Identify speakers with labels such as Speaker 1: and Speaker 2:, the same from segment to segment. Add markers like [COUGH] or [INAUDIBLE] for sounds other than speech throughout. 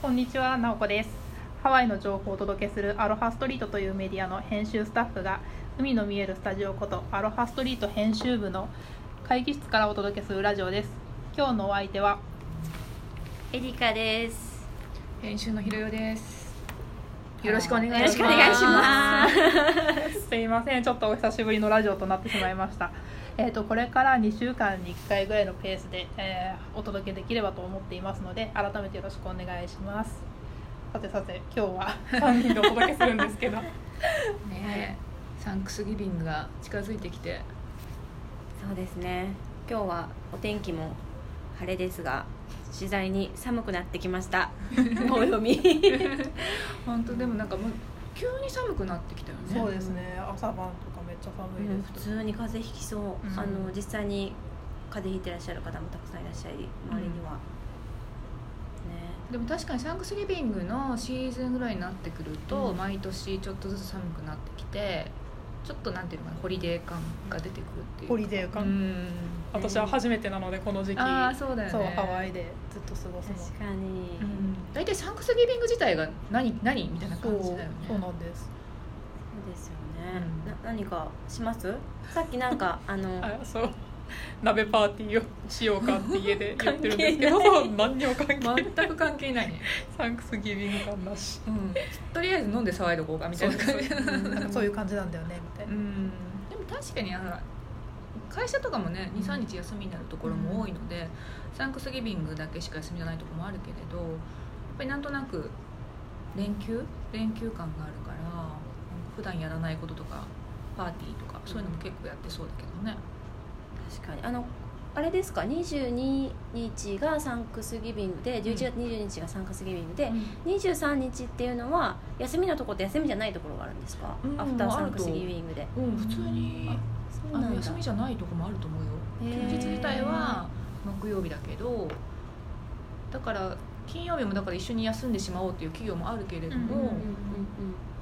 Speaker 1: こんにちは、なおこです。ハワイの情報をお届けするアロハストリートというメディアの編集スタッフが海の見えるスタジオことアロハストリート編集部の会議室からお届けするラジオです。今日のお相手は
Speaker 2: エリカです。
Speaker 3: 編集のひろよです。
Speaker 1: よろしくお願いします
Speaker 2: よろしくお願いします。
Speaker 1: すいません、ちょっとお久しぶりのラジオとなってしまいました。えっとこれから2週間に1回ぐらいのペースで、えーお届けできればと思っていますので改めてよろしくお願いします。さてさて今日 [LAUGHS] は3人でお届けするんですけど
Speaker 3: ねえ、サンクスギビングが近づいてきて、
Speaker 2: そうですね。今日はお天気も晴れですが、次第に寒くなってきま [LAUGHS] した。お読み。
Speaker 3: 本当でもなんかもう急に寒くなってきたよね。
Speaker 1: そうです。ね朝晩とかめっちゃ寒いです
Speaker 2: 普、通に風邪ひきそう。
Speaker 1: ん
Speaker 2: あの実際に風邪ひいてらっしゃる方もたくさんいらっしゃい、周りには。
Speaker 3: でも確かにサンクスギビングのシーズンぐらいになってくると、
Speaker 2: うん
Speaker 3: 毎年ちょっとずつ寒くなってきて、ちょっとなんていうのかなホリデー感が出てくるっていう。
Speaker 1: ホリデー感、
Speaker 3: うん。
Speaker 1: 私は初めてなのでこの時期
Speaker 3: ああそうだよね。
Speaker 1: そうハワイでずっと過ごす
Speaker 2: ね
Speaker 1: の
Speaker 2: 確かに。
Speaker 3: うん。大体サンクスギビング自体が何何みたいな感じだよね。
Speaker 1: そうそうなんです
Speaker 2: そうですよね。
Speaker 3: うん
Speaker 2: な何かします？さっきなん [LAUGHS] かあの
Speaker 1: あそう鍋パーティーをしようかって家 [LAUGHS] で言ってるんですけど
Speaker 2: 関係ない
Speaker 1: そう何にも関係ない
Speaker 3: 全く関係ないね。
Speaker 1: サンクスギビング感なし
Speaker 3: うん、とりあえず飲んで騒いどこうかみたいな感じ
Speaker 1: そう
Speaker 2: うん
Speaker 1: なんかそういう感じなんだよねみたいな、
Speaker 3: んでも確かにあの会社とかもね23日休みになるところも多いので、サンクスギビングだけしか休みじゃないところもあるけれどやっぱりなんとなく連休連休感があるからなんか普段やらないこととかパーティーとかそういうのも結構やってそうだけどね、
Speaker 2: 確かにあのあれですか22日がサンクスギビングで11月22日がサンクスギビングで、23日っていうのは休みのところと休みじゃないところがあるんですか、
Speaker 3: うん
Speaker 2: アフターサンクスギビングで
Speaker 3: うん普通に
Speaker 2: そう
Speaker 3: あ
Speaker 2: な
Speaker 3: の
Speaker 2: んだ
Speaker 3: 休みじゃないとこもあると思うよ
Speaker 2: へ
Speaker 3: 休
Speaker 2: ー
Speaker 3: 日自体は木曜日だけどだから金曜日もだから一緒に休んでしまおうっていう企業もあるけれども、
Speaker 1: うんうん
Speaker 2: うんうんうん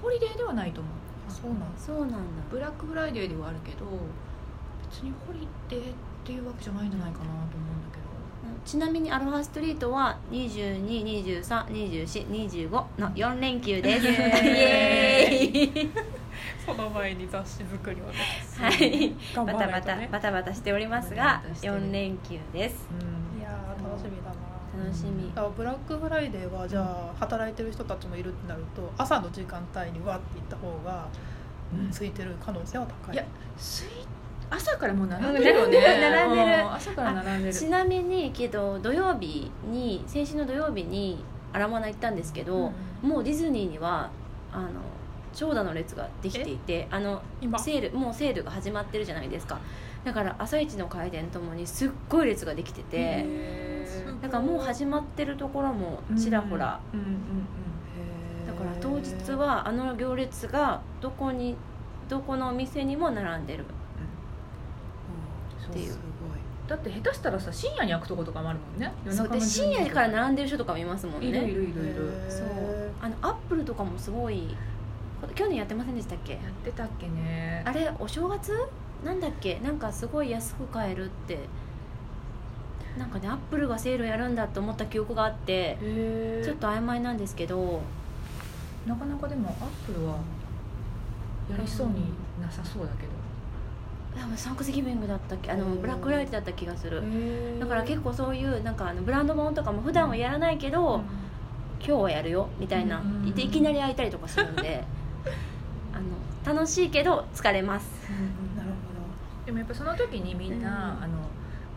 Speaker 3: ホリデーではないと思う
Speaker 1: そうなんです
Speaker 2: そうなんだ
Speaker 3: ブラックフライデーではあるけど別にホリデーっていうわけじゃないんじゃないかなと思うんだけど
Speaker 2: ちなみにアロハストリートは22232425の4連休ですイエ
Speaker 1: エ
Speaker 2: ーイ
Speaker 1: その前に雑誌作りをね
Speaker 2: はい
Speaker 1: 頑
Speaker 2: バ
Speaker 1: 張らな
Speaker 2: タバ
Speaker 1: いと
Speaker 2: タ
Speaker 1: ね
Speaker 2: バタバタしております
Speaker 3: バ
Speaker 2: が
Speaker 3: タバタしてる
Speaker 2: 4連休です
Speaker 3: うん
Speaker 1: いやー楽しみだな
Speaker 2: 楽しみ
Speaker 1: だからブラックフライデーはじゃあ働いてる人たちもいるってなると朝の時間帯にわって行った方が
Speaker 3: うん
Speaker 1: 空いてる可能性は高い
Speaker 3: いやすい朝からもう並んでるよ
Speaker 2: 並んでる
Speaker 3: ね
Speaker 2: 並んでる [LAUGHS]
Speaker 3: うん朝から並んでる
Speaker 2: ちなみにけど土曜日に先週の土曜日にアラモアナ行ったんですけど、もうディズニーにはあの長蛇の列ができていてあの
Speaker 1: 今
Speaker 2: セールもうセールが始まってるじゃないですかだから朝一の開店ともにすっごい列ができてて
Speaker 1: ー
Speaker 2: だからもう始まってるところもちらほら、
Speaker 3: うんうん
Speaker 2: だから当日はあの行列がどこにどこのお店にも並んで
Speaker 1: っ
Speaker 2: るっていう
Speaker 1: すご
Speaker 3: うんだって下手したらさ深夜に開くとことかもあるもんね夜
Speaker 2: そう
Speaker 3: 中の
Speaker 2: で
Speaker 3: 12時
Speaker 2: 深夜から並んでる人とかもいますもんね
Speaker 3: いるいるいる
Speaker 1: い
Speaker 3: いる
Speaker 1: へー
Speaker 2: そうあのアップルとかもすごい去年やってませんでしたっけ
Speaker 3: やってたっけね
Speaker 2: あれお正月なんだっけなんかすごい安く買えるってなんかねアップルがセールやるんだと思った記憶があって
Speaker 3: へ
Speaker 2: ちょっと曖昧なんですけど
Speaker 3: なかなかでもアップルはやりそうになさそうだけど
Speaker 2: 多分サンクスギビングだったっけあの
Speaker 1: うん
Speaker 2: ブラックフライトだった気がするだから
Speaker 3: 構
Speaker 2: 結構そういうなんかあのブランド物とかも普段はやらないけど、今日はやるよみたいな、
Speaker 3: うん
Speaker 2: でいきなり開いたりとかするん
Speaker 3: [LAUGHS]
Speaker 2: であの楽しいけど疲れます
Speaker 1: なる
Speaker 3: でもやっぱその時にみんな、
Speaker 2: うん
Speaker 3: あの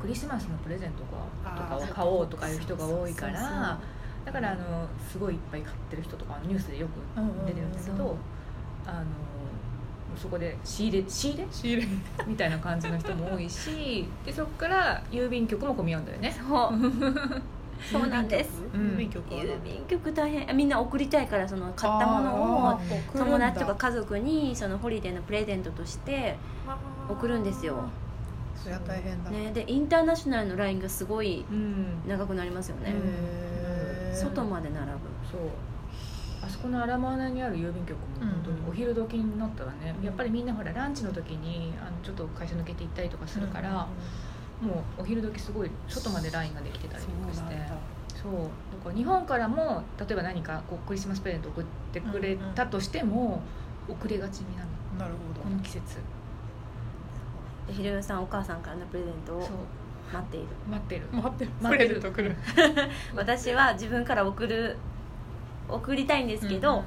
Speaker 3: クリスマスのプレゼントとか
Speaker 1: あー
Speaker 3: とかを買おうとかいう人が多
Speaker 2: そう
Speaker 3: いか
Speaker 2: そうそう
Speaker 3: らだからあのすごいいっぱい買ってる人とかニュースでよく
Speaker 1: ほど
Speaker 3: 出てるんだけ
Speaker 2: うんうんう
Speaker 3: ど
Speaker 2: ん
Speaker 3: あのそこで仕入れ仕入れ
Speaker 1: 仕入れ
Speaker 3: みたいな感じの人も多
Speaker 2: [LAUGHS]
Speaker 3: いしでそこから郵便局も混み合うんだよね
Speaker 2: そうそうなんです
Speaker 1: 郵便局は
Speaker 2: 郵便局大変みんな送りたいからその買ったものを
Speaker 1: あー送るんだ
Speaker 2: 友達とか家族にそのホリデーのプレゼントとして、送るんですよ
Speaker 1: そりゃ大変だ
Speaker 2: ね、でインターナショナルのラインがすごい
Speaker 3: うん
Speaker 2: 長くなりますよね、
Speaker 1: へー
Speaker 2: 外まで並ぶ
Speaker 3: そうあそこのアラマーナにある郵便局も本当にお昼時になったらね、
Speaker 2: うん
Speaker 3: やっぱりみんなほらランチの時にあのちょっと会社抜けて行ったりとかするから、もうお昼時すごい外までラインができてたりとかし
Speaker 1: そ
Speaker 3: て
Speaker 1: うなんだ
Speaker 3: すそうだから日本からも例えば何かこうクリスマスプレゼント送ってくれたとしても、遅れがちになる
Speaker 1: なるほど
Speaker 3: この季節
Speaker 2: でひろよさんお母さんからのプレゼントを
Speaker 3: そう
Speaker 2: 待っている
Speaker 3: 待ってる
Speaker 1: 待ってる
Speaker 3: 待って
Speaker 1: プ
Speaker 3: る
Speaker 1: レゼント来る
Speaker 2: 私は自分から送る送りたいんですけど、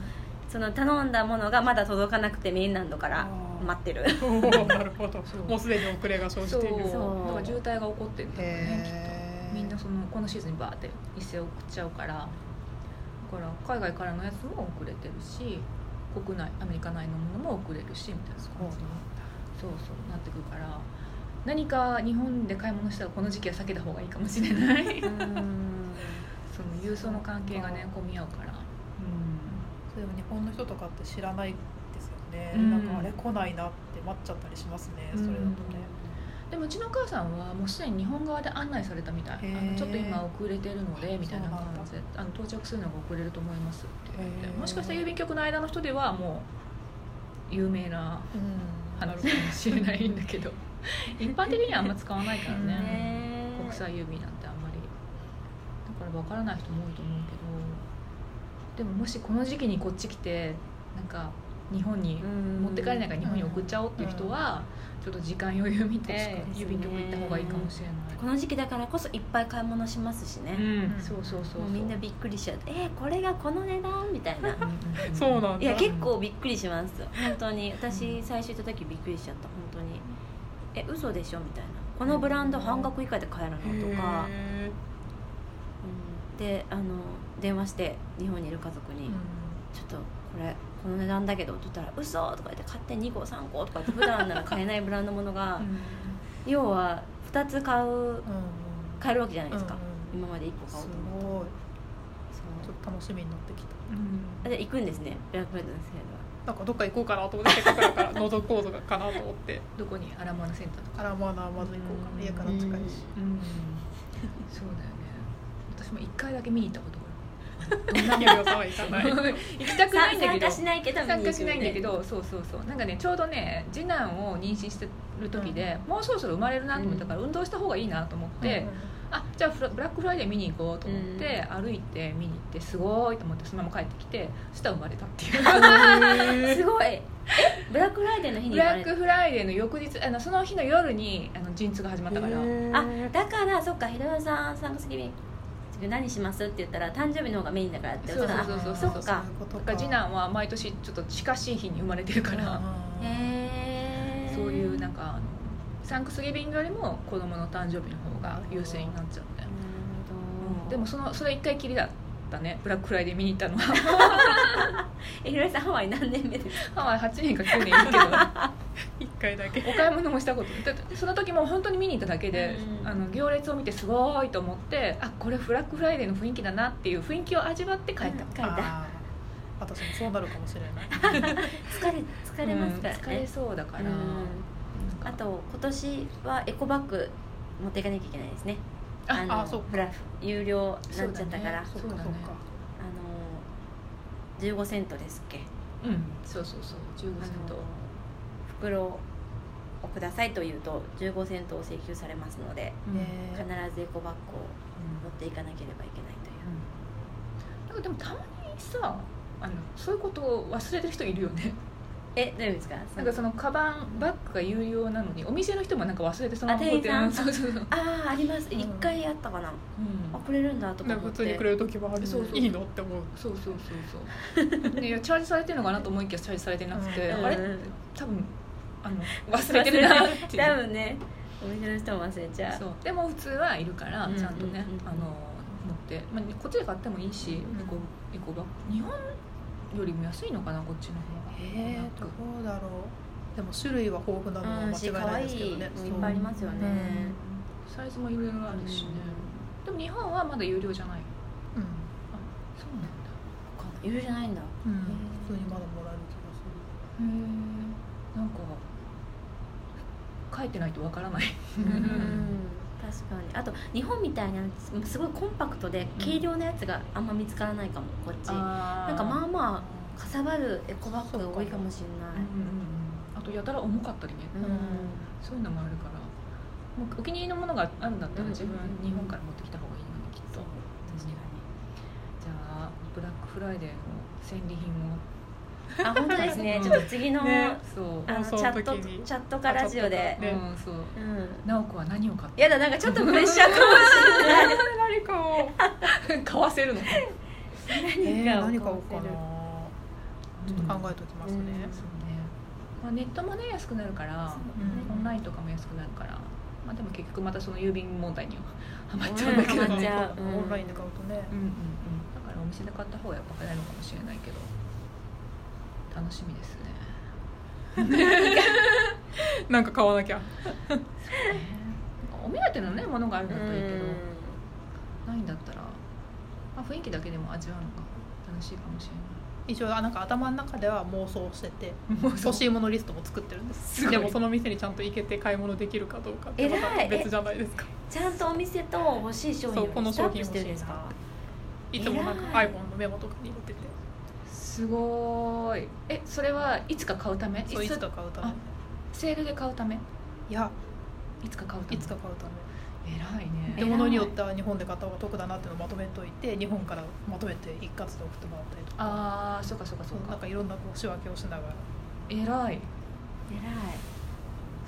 Speaker 2: その頼んだものがまだ届かなくてメインランドから
Speaker 1: あー
Speaker 2: 待ってる
Speaker 1: うんうんおー [LAUGHS] なるほど
Speaker 3: そう
Speaker 1: もうすでに遅れが生じ
Speaker 3: そう
Speaker 1: ている
Speaker 3: だ
Speaker 2: そう
Speaker 3: から渋滞が起こってるんだろうねきっ
Speaker 1: へー
Speaker 3: とみんなそのこのシーズンにバーって一斉送っちゃうからだから海外からのやつも遅れてるし国内アメリカ内のものも遅れるしみたいな感じにそうそうなってくるから何か日本で買い物したらこの時期は避けた方がいいかもしれない
Speaker 1: [LAUGHS]
Speaker 2: [LAUGHS]
Speaker 3: その郵送の関係がね混み合うから
Speaker 1: そうでも日本の人とかって知らないですよね、
Speaker 3: うん
Speaker 1: なんかあれ来ないなって待っちゃったりしますね、それだとね
Speaker 3: でもうちのお母さんはもうすでに日本側で案内されたみたい
Speaker 1: へー
Speaker 3: あのちょっと今遅れてるのでみたいな
Speaker 1: そうなんだ
Speaker 3: 感じであの到着するのが遅れると思いますって言って
Speaker 1: へー
Speaker 3: もしかしたら郵便局の間の人ではもう有名な
Speaker 1: うん
Speaker 3: 話かもしれないんだけど一般的にはあんま使わないからね
Speaker 2: ね
Speaker 3: 国際郵便なんてあんまりだから分からない人も多いと思うけどでももしこの時期にこっち来てなんか日本に持って帰れないから日本に送っちゃおうっていう人はちょっと時間余裕見て
Speaker 2: 確かに
Speaker 3: 郵便局行った方がいいかもしれ
Speaker 2: この時期だからこそいっぱい買い物しますしね、
Speaker 3: ない、
Speaker 1: うん
Speaker 3: そうそうそうそう
Speaker 2: もうみんなびっくりしちゃうえーこれがこの値段みた
Speaker 1: [LAUGHS]
Speaker 2: いな
Speaker 1: そうなん
Speaker 2: い
Speaker 1: だ
Speaker 2: や結構びっくりします本当に私最初行った時びっくりしちゃった本当にえ嘘でしょみたいなこのブランド半額以下で買えるのとか、
Speaker 1: へ
Speaker 2: うんであの電話して日本にいる家族に、
Speaker 1: ーうん
Speaker 2: ちょっとこれこの値段だけど」って言ったら「嘘とか言って「買って2個3個」とか言って普段なら買えないブランドものが、要は2つ買う
Speaker 1: うん
Speaker 2: 買えるわけじゃないですか、
Speaker 1: うん
Speaker 2: 今まで1個買お
Speaker 1: す
Speaker 2: うと思って
Speaker 1: ごいちょ
Speaker 2: そう
Speaker 1: っと楽しみになってきた
Speaker 2: あで行くんですねブラックフライデーの
Speaker 1: なんかどっか行こうかなと思ってせっかくだから [LAUGHS] 覗こうとかかなと思って
Speaker 3: どこにアラモアナセンターとか
Speaker 1: あらまあなまず行こうか
Speaker 3: うん
Speaker 1: な家から近いし
Speaker 2: [LAUGHS]
Speaker 3: うんそうだよね私も1回だけ見に行ったことがある
Speaker 1: どんなに予算は行か
Speaker 2: [LAUGHS]
Speaker 1: ない
Speaker 3: 行きたくないんだけ
Speaker 2: 参
Speaker 3: ど
Speaker 2: 加しないけど
Speaker 3: 参加しないんだけどそうそうそうなんかねちょうどね次男を妊娠してる時で、もうそろそろ生まれるなと思ったから、運動した方がいいなと思って、
Speaker 1: うん
Speaker 3: あじゃあフラブラックフライデー見に行こうと思って、歩いて見に行ってすごいと思ってそのまま帰ってきてそしたら生まれたっていう [LAUGHS]
Speaker 2: すごいえブラックフライデーの日に
Speaker 3: ブ
Speaker 2: 言わ
Speaker 3: ラ
Speaker 2: れ
Speaker 3: ックフライデーの翌日あのその日の夜にあの陣痛が始まったから、
Speaker 2: あだからそっかひろよさん参加すぎ次何しますって言ったら誕生日の方がメインだからって
Speaker 3: そうそうそうそうそう
Speaker 2: あそっか
Speaker 3: そっか次男は毎年ちょっと近しい日に生まれてるから、
Speaker 2: へえ
Speaker 3: そういうなんかあのサンクスギビングよりも子供の誕生日の方が優先になっちゃって、うんでもそのそれ一回きりだったねブラックフライデー見に行ったのは
Speaker 2: [LAUGHS] えひろゆきさんハワイ何年目ですか
Speaker 3: ハワイ8年か9年いる
Speaker 2: [LAUGHS]
Speaker 3: けど
Speaker 1: 一回だけ
Speaker 3: お買い物もしたことだってその時も本当に見に行っただけで、
Speaker 2: うん
Speaker 3: あの行列を見てすごいと思ってあこれブラックフライデーの雰囲気だなっていう雰囲気を味わって帰った、
Speaker 2: うん
Speaker 1: あ
Speaker 2: 書いた
Speaker 1: ー私もそうなるかもしれない
Speaker 2: 疲れ疲れますからね、
Speaker 3: うん疲れそうだから、
Speaker 2: うんあと今年はエコバッグ持っていかなきゃいけないですね
Speaker 1: あ
Speaker 2: の
Speaker 1: あそうか
Speaker 2: ほら有料になっちゃったから、あの
Speaker 3: そうだね
Speaker 2: 15セントですっけ
Speaker 3: うんそうそうそう
Speaker 2: あ
Speaker 3: 15歳
Speaker 2: の
Speaker 3: と
Speaker 2: 袋をくださいと言うと15セントを請求されますので
Speaker 3: うん
Speaker 2: 必ずエコバッグを
Speaker 3: うん
Speaker 2: 持っていかなければいけないという
Speaker 3: なんかでもたまにさあのそういうことを忘れてる人いるよね
Speaker 2: えどういうんですか
Speaker 3: なんかそのカバンバッグが有料なのにお店の人もなんか忘れてそのまま
Speaker 2: あ
Speaker 3: 置いて
Speaker 2: 店員さ
Speaker 3: そうそうそう、
Speaker 2: あああります
Speaker 1: ん
Speaker 2: 一回あったかな、あくれるんだとか
Speaker 1: なんか
Speaker 2: 思
Speaker 1: 普
Speaker 2: っ
Speaker 1: 通に
Speaker 2: て
Speaker 1: くれる時もあるし
Speaker 3: そうそう
Speaker 1: いいのって思う
Speaker 3: そうそうそうそう
Speaker 2: [LAUGHS]
Speaker 3: ねいやチャージされてるのかなと思いきやチャージされてなくて、
Speaker 2: うん
Speaker 3: あれ
Speaker 2: うん
Speaker 3: 多分あの忘れてるなってい
Speaker 2: [LAUGHS]
Speaker 3: う
Speaker 2: 多分ねお店の人も忘れちゃう
Speaker 3: そうでも普通はいるから
Speaker 2: うん
Speaker 3: ちゃんとね、
Speaker 2: うんうん
Speaker 3: あの持って、まあ、こっちで買ってもいいし、
Speaker 1: ん
Speaker 3: エコエコバッグ日本よりも安いのかなこっちの方が
Speaker 1: え
Speaker 3: なん
Speaker 1: ー、
Speaker 3: か
Speaker 1: どうだろうでも種類は豊富なのは
Speaker 2: うん
Speaker 1: 間違いないですけどね、
Speaker 2: し可愛い
Speaker 1: そう
Speaker 2: いっぱいありますよね
Speaker 3: サイズもいろいろあるしね、でも日本はまだ有料じゃない
Speaker 1: うん
Speaker 3: そうなんだ
Speaker 2: 有料じゃないんだ
Speaker 1: うん普通にまだもらえる気がする
Speaker 3: へえんか書いてないとわからない
Speaker 2: [LAUGHS] うん確かにあと日本みたいなすごいコンパクトで軽量なやつがあんま見つからないかもこっちな
Speaker 3: あー
Speaker 2: んかまあまあかさばるエコバッグが多いかもしれ
Speaker 3: うん
Speaker 2: な
Speaker 3: うん
Speaker 2: い
Speaker 3: うんあとやたら重かったりね
Speaker 2: うん
Speaker 3: そういうのもあるからもうお気に入りのものがあるんだったら
Speaker 2: うん
Speaker 3: 自分日本から持ってきた方がいいのにきっと
Speaker 2: そう確かに
Speaker 3: ブラックフライデーの戦利品も
Speaker 2: あ本当ですね
Speaker 3: う
Speaker 2: ち
Speaker 3: ん
Speaker 2: ょっと次の,、
Speaker 1: ね
Speaker 3: そう
Speaker 2: あのチ
Speaker 1: 放送
Speaker 2: ャ
Speaker 1: の
Speaker 2: ット
Speaker 1: 時に
Speaker 2: チャットかラジオで、
Speaker 1: ね
Speaker 3: うんそう
Speaker 2: うん、
Speaker 3: 直子は何を買った
Speaker 2: やだなんかちょっとプレッシャーかも
Speaker 1: 何かを
Speaker 3: 買わせるのちょっ
Speaker 2: し
Speaker 1: え
Speaker 2: れ
Speaker 1: ー
Speaker 2: ない
Speaker 1: [LAUGHS] 何買おうかなち
Speaker 2: か
Speaker 1: ょっと考えておきますね、
Speaker 2: うん
Speaker 3: そうね、まあ、ネットもね安くなるからオンラインとかも安くなるからまあでも結局またその郵便問題
Speaker 1: [LAUGHS]
Speaker 3: にはハマっちゃうんだけど
Speaker 1: な
Speaker 2: ハマっち
Speaker 3: ね
Speaker 2: ゃううん
Speaker 1: オンラインで買うとね
Speaker 3: うんうんうんだからお店で買った方がやっぱ早いのかもしれないけど楽しみですね
Speaker 1: なんか買わなきゃ
Speaker 3: お目当てのねものがあるんだったらいいけど
Speaker 2: う
Speaker 3: ないんだったら、まあ、雰囲気だけでも味わうのが楽しいかもしれ
Speaker 1: 一応なんか頭の中では妄想してて
Speaker 3: ないもう
Speaker 1: 欲しいものリストも作ってるんです
Speaker 3: すごい
Speaker 1: でもその店にちゃんと行けて買い物できるかどうかってま
Speaker 2: 偉
Speaker 1: た
Speaker 2: い
Speaker 1: 別じゃないですか
Speaker 2: ちゃんとお店と欲しい商
Speaker 1: そうこ
Speaker 2: 品
Speaker 1: の
Speaker 2: をスタ
Speaker 1: 商
Speaker 2: ッ
Speaker 1: 品
Speaker 2: プしてるんですか
Speaker 1: いつもなんか
Speaker 2: 偉い
Speaker 1: iPhone のメモとかに入れてて
Speaker 3: すごーいえそれはいつか買うため
Speaker 1: そういつ
Speaker 3: いつ
Speaker 1: か買うため
Speaker 3: あセールで買うため
Speaker 1: いや
Speaker 3: いつか買うため
Speaker 1: いつか買うため
Speaker 3: 偉いね
Speaker 1: で物によっては日本で買った方が得だなっていうのをまとめといて日本からまとめて一括で送ってもらったりとか
Speaker 3: ああそうかそうかそ
Speaker 1: そううなん
Speaker 3: か
Speaker 1: かいろんなこう仕分けをしながら
Speaker 3: 偉い
Speaker 2: 偉い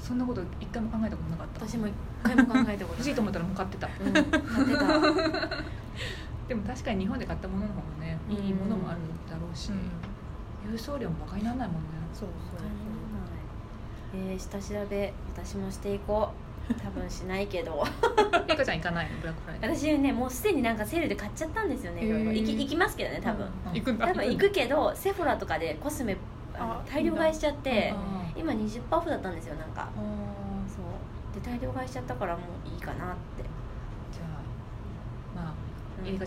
Speaker 3: そんなこと一回も考えたことなかった
Speaker 2: 私も一回も考えたことない
Speaker 3: 欲しいと思ったらもう買ってた
Speaker 2: うん、待ってた
Speaker 3: でも確かに日本で買ったものの方がねいいものもあるだろうし、郵送料もバカにならないもんね
Speaker 1: そうそう
Speaker 2: えー、下調べ私もしていこう多分しないけ
Speaker 1: [LAUGHS]
Speaker 2: ど
Speaker 3: ゆかちゃん行かないのブラックフライデー
Speaker 2: 私ねもうすでになんかセールで買っちゃったんですよねいろいろ
Speaker 1: へー
Speaker 2: 行き行きますけどね多分、
Speaker 1: うん行くんだ
Speaker 2: 多分行くけどセフォラとかでコスメあの
Speaker 1: あ
Speaker 2: 大量買いしちゃっ
Speaker 1: い
Speaker 2: [LAUGHS]
Speaker 1: い
Speaker 2: て
Speaker 1: な
Speaker 3: あ
Speaker 2: 今20%オフだったんですよなんか
Speaker 3: ーあー
Speaker 2: そうで大量買いしちゃったからもういいかなって
Speaker 3: じゃあまあ
Speaker 2: うん
Speaker 3: ゆりかちゃん